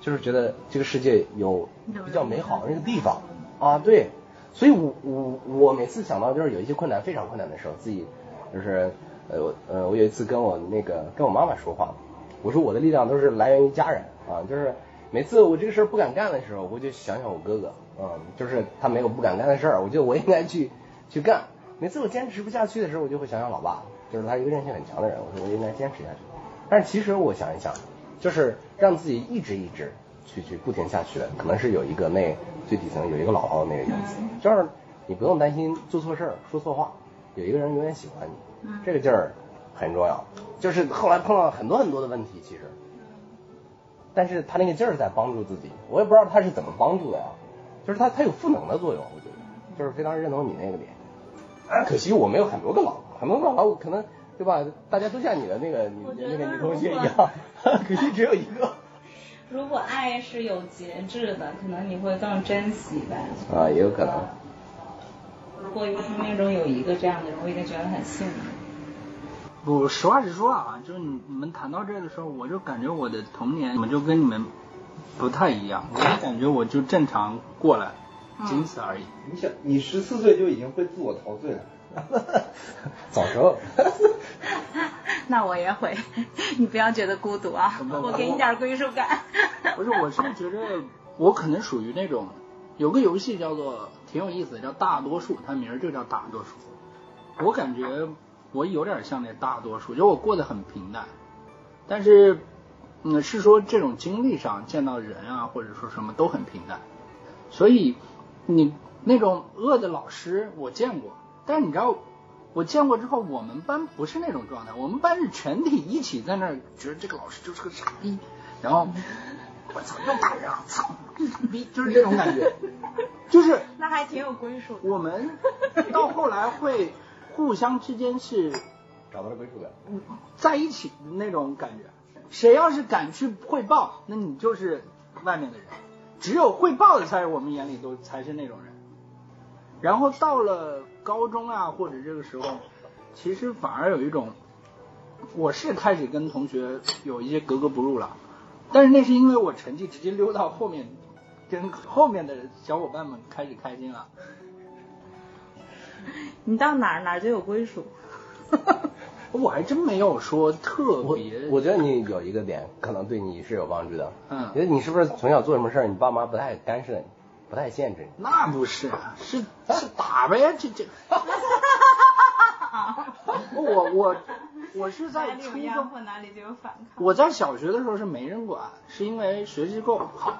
就是觉得这个世界有比较美好的那个地方啊，对。所以我我我每次想到就是有一些困难，非常困难的时候，自己就是呃我呃，我有一次跟我那个跟我妈妈说话，我说我的力量都是来源于家人啊，就是每次我这个事儿不敢干的时候，我就想想我哥哥，嗯，就是他没有不敢干的事儿，我觉得我应该去去干。每次我坚持不下去的时候，我就会想想老爸，就是他是一个韧性很强的人，我说我应该坚持下去。但是其实我想一想，就是让自己一直一直去去不停下去的，可能是有一个那最底层有一个老奥那个因素，就是你不用担心做错事儿、说错话，有一个人永远喜欢你，这个劲儿很重要。就是后来碰到很多很多的问题，其实。但是他那个劲儿在帮助自己，我也不知道他是怎么帮助的呀、就是他他有赋能的作用，我觉得就是非常认同你那个点。啊，可惜我没有很多个老婆，很多个老婆可能对吧？大家都像你的那个你
我觉得
那个女同学一
如果
样， 可惜只有一个。
如果爱是有节制的，可能你会更珍惜吧。
啊，也有可能。
如果我生命中有一个这样的人，我应该觉得很幸福。
我实话实说啊，就是你你们谈到这的时候，我就感觉我的童年怎么就跟你们不太一样，我就感觉我就正常过来，仅此而已。
你想，你十四岁就已经会自我陶醉了。
早熟。
那我也会， 你不要觉得孤独啊，我给你点归属感。
不是，我是觉得我可能属于那种，有个游戏叫做挺有意思的，叫大多数，它名儿就叫大多数。我感觉我有点像那大多数，就我过得很平淡，但是，嗯，是说这种经历上见到人啊，或者说什么都很平淡，所以你那种恶的老师我见过，但是你知道。我见过之后，我们班不是那种状态，我们班是全体一起在那儿觉得这个老师就是个傻逼，然后我操又打人啊，操，逼就是这种感觉，就是
那还挺有归属的。
我们到后来会互相之间是
找到了归属感。
在一起的那种感觉。谁要是敢去汇报，那你就是外面的人。只有汇报的才是我们眼里都才是那种人。然后到了高中啊，或者这个时候，其实反而有一种，我是开始跟同学有一些格格不入了，但是那是因为我成绩直接溜到后面，跟后面的小伙伴们开始开心了。
你到哪儿哪儿就有归 属。
我还真没有说特
我
别，
我觉得你有一个点可能对你是有帮助的。
嗯
觉得你是不是从小做什么事儿，你爸妈不太干涉你，不太限制你？
那不是，啊是是打呗，这这。我我我是在初中，
迫，哪里就有反抗。
我在小学的时候是没人管，是因为学习够好。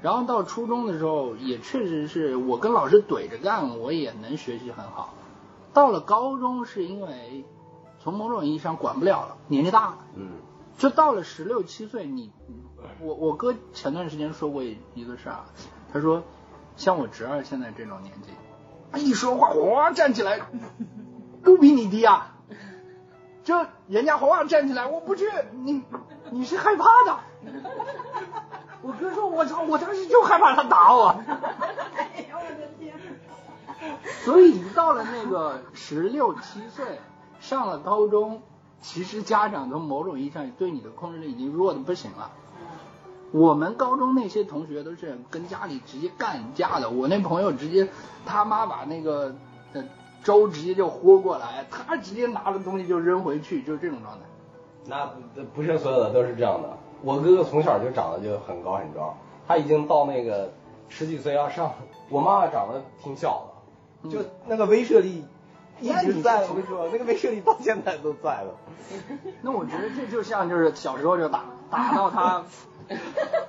然后到初中的时候，也确实是我跟老师怼着干，我也能学习很好。到了高中，是因为从某种意义上管不了了，年纪大了。
嗯，
就到了十六七岁，你我我哥前段时间说过一个事儿啊，他说像我侄儿现在这种年纪，他一说话哗站起来，都比你低啊，就人家哗站起来，我不去，你你是害怕的。 我哥说，我操，我当时就害怕他打我。
哎呦我的天！
所以一到了那个十六七岁，上了高中，其实家长从某种意义上对你的控制力已经弱的不行了。我们高中那些同学都是跟家里直接干架的，我那朋友直接他妈把那个呃粥直接就豁过来，他直接拿了东西就扔回去，就是这种状态。
那不是所有的都是这样的。我哥哥从小就长得就很高很壮，他已经到那个十几岁要上。我妈妈长得挺小的，就那个威慑力一直在。嗯我跟你说，那个威慑力到现在都在了。
那我觉得这就像就是小时候就打打到他，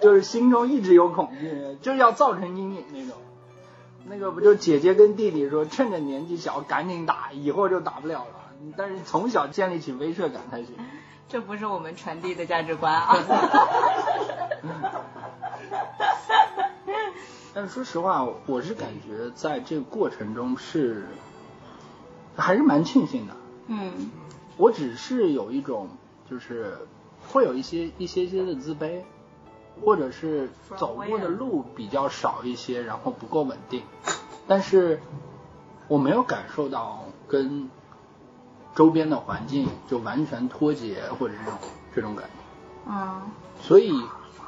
就是心中一直有恐惧，就是要造成阴影那种。那个不就姐姐跟弟弟说，趁着年纪小赶紧打，以后就打不了了。但是从小建立起威慑感才行。
这不是我们传递的价值观 啊。
但是说实话，我是感觉在这个过程中是还是蛮庆幸的。
嗯，
我只是有一种就是会有一些一些些的自卑，或者是走过的路比较少一些，然后不够稳定。但是我没有感受到跟周边的环境就完全脱节或者这种这种感觉。
嗯，
所以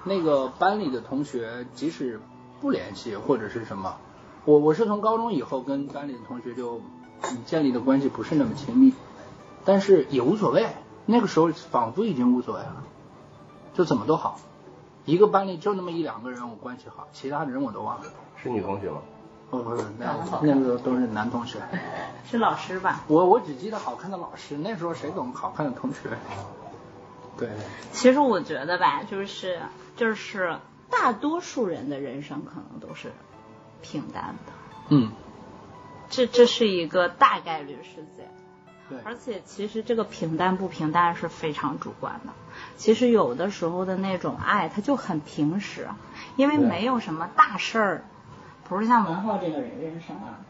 那个班里的同学即使不联系或者是什么，我我是从高中以后跟班里的同学就嗯建立的关系不是那么亲密，但是也无所谓，那个时候仿佛已经无所谓了，就怎么都好。一个班里就那么一两个人我关系好，其他的人我都忘了。
是女同学吗？
哦，不是，那那时候都是男同学。
是老师吧？
我我只记得好看的老师，那时候谁懂好看的同学？对，
其实我觉得吧，就是就是大多数人的人生可能都是平淡的，
嗯，
这这是一个大概率事件。
对，嗯
而且其实这个平淡不平淡是非常主观的。其实有的时候的那种爱，它就很平实，因为没有什么大事儿。不是像文浩这个人认识啊，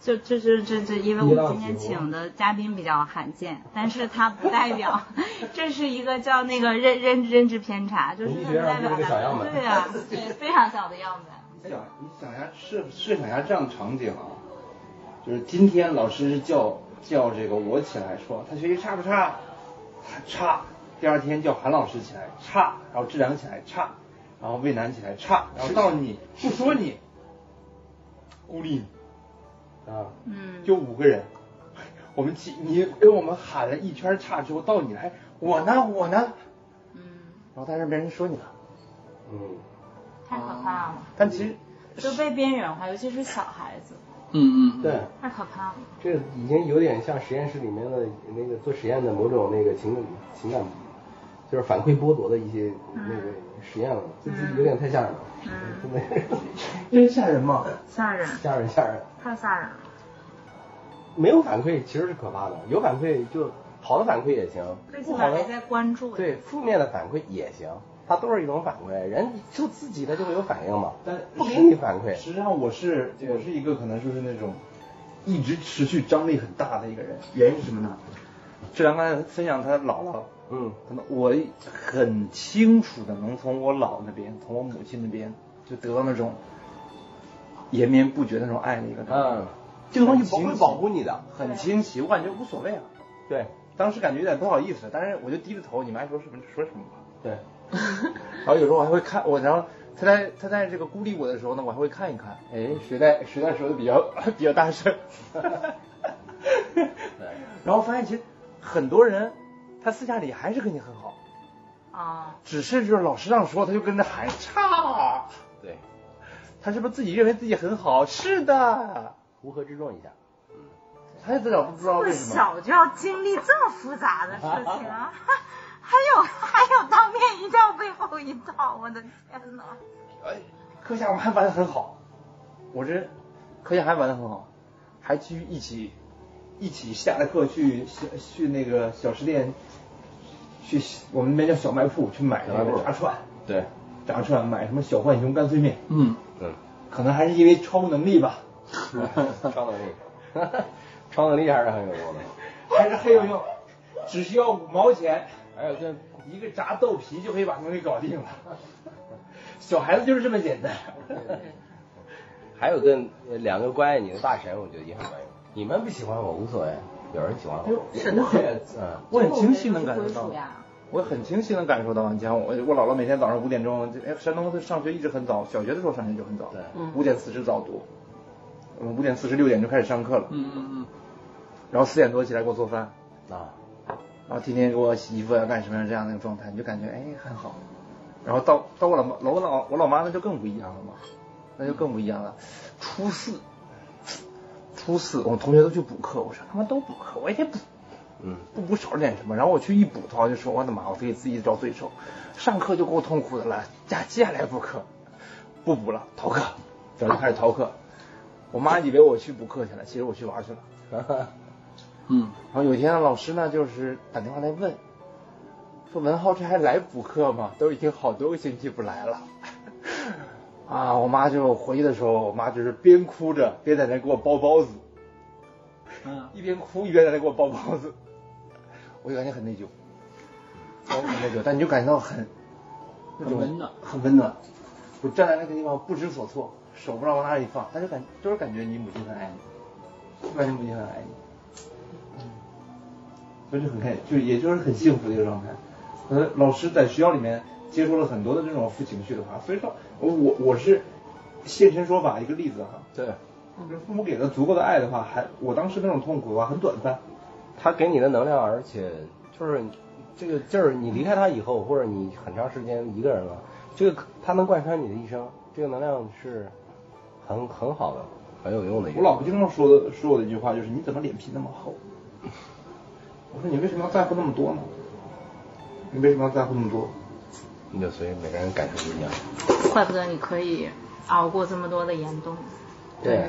就就就这这，因为我们今天请的嘉宾比较罕见，但是他不代表， 这是一个叫那个认认认知偏差，就是
你
它
学
不代
生
表
是个小样
他
本
对啊，对非常小的样本。
想你想一下，设设想一下这样的场景啊，就是今天老师是叫叫这个我起来说他学习差不差，他差。第二天叫韩老师起来差，然后志良起来差，然后魏楠起来差，然后到你不说你，孤立你啊，
嗯，
就五个人，我们起你跟我们喊了一圈差之后，到你来我呢我呢，
嗯，
然后但是没人说你了，
嗯，
太可怕了，
但其实
就被边缘化，尤其是小孩子，
嗯嗯，，
对，
太可怕了。
这已经有点像实验室里面的那个做实验的某种那个情感情感，就是反馈剥夺的一些
嗯
那个实验了，这这有点太吓人了，真的
真吓人吗？
吓人，
吓人吓人。
太吓人了。
没有反馈其实是可怕的，有反馈就好的反馈也行，
最起
不
码
好的
还在关注。
对负面的反馈也行，它都是一种反馈，人就自己的就会有反应嘛。
但
不给你反馈
实际上我是我是一个可能就是那种一直持续张力很大的一个人，原因是什么呢？志良刚才分享他姥姥，
嗯，
可能我很清楚的能从我姥那边，从我母亲那边就得到那种延绵不绝的那种爱的一个感觉。
嗯，
这个东西不
不
会
会保
保
护
护
你的，
很清晰，我感觉无所谓啊。
对
当时感觉有点不好意思，但是我就低着头，你们爱说什么就说什么吧。
对，
然后有时候我还会看我，然后他在他在这个孤立我的时候呢，我还会看一看，哎，谁在谁在说的比较 比较大声，然后发现其实很多人他私下里还是跟你很好，
啊，
只是就是老师让说他就跟着喊差，
对，
他是不是自己认为自己很好？是的，
乌合之众一下，
他也早不知道
这
为
么
什么。
小就要经历这么复杂的事情啊！ 还有还有，当面一套背后一套，我的天哪！
哎，课下我们还玩的很好，我这课下还玩的很好，还去一起一起下了课去小去那个小吃店，去我们那边叫小卖铺去买那
小卖
个
部
炸串，
对，
炸串买什么小浣熊干脆面，
嗯，
嗯，
可能还是因为超能力吧，
超能力， 超能力还是很有用的。
还是很有用，只需要五毛钱，
还有哎这
一个炸豆皮就可以把东西搞定了。 小孩子就是这么简 单。
还有跟呃两个关爱你的大神，我觉得也很管用。你们不喜欢我无所谓，有人喜欢
哎
我，是的，嗯，
我很清晰能感
归
觉到
属。呀，
我很清晰能感受到，你像我，我姥姥每天早上五点钟，哎，山东她上学一直很早，小学的时候上学就很早，
对
五点四十早读，我们五点四十六点就开始上课了，
嗯嗯
然后四点多起来给我做饭，
啊，
然后天天给我洗衣服呀、干什么呀这样的一个状态，你就感觉哎很好。然后到到我老妈，我老我老妈那就更不一样了嘛，那就更不一样了。初四，初四我同学都去补课，我说他妈都补课，我也得补，
嗯，
不补少点什么。然后我去一补的话，就说我的妈，我给自己找罪受，上课就够痛苦的了，下接下来补课，不补了，逃课，然后就开始逃课。我妈以为我去补课去了，其实我去玩儿去了。
嗯
然后有一天呢，老师呢就是打电话来问，说文浩这还来补课吗？都已经好多个星期不来了。 啊，我妈就回去的时候，我妈就是边哭着边在那给我包包子，
嗯
一边哭一边在那给我包包子，我就感觉很内疚，我很内疚，但你就感觉到很那 种
很温暖
很温暖。我站在那个地方不知所措，手不知道往哪里放，但是感就是感觉你母亲很爱你，就感觉母亲很爱你。嗯就是很开，就也就是很幸福的一个状态。呃，老师在学校里面接触了很多的这种负情绪的话，所以说我我我是现身说法一个例子哈。
对，
就是父母给了足够的爱的话，还我当时那种痛苦的话很短暂。
他给你的能量，而且就是这个劲儿，你离开他以后，或者你很长时间一个人了，这个它能贯穿你的一生，这个能量是很很好的，很有用的一个。
我老婆经常说的说我的一句话就是你怎么脸皮那么厚？我说你为什么要在乎那么多呢？你为什么要在乎那么多？
你就所以每个人感受不一样。
怪不得你可以熬过这么多的严冬。
对，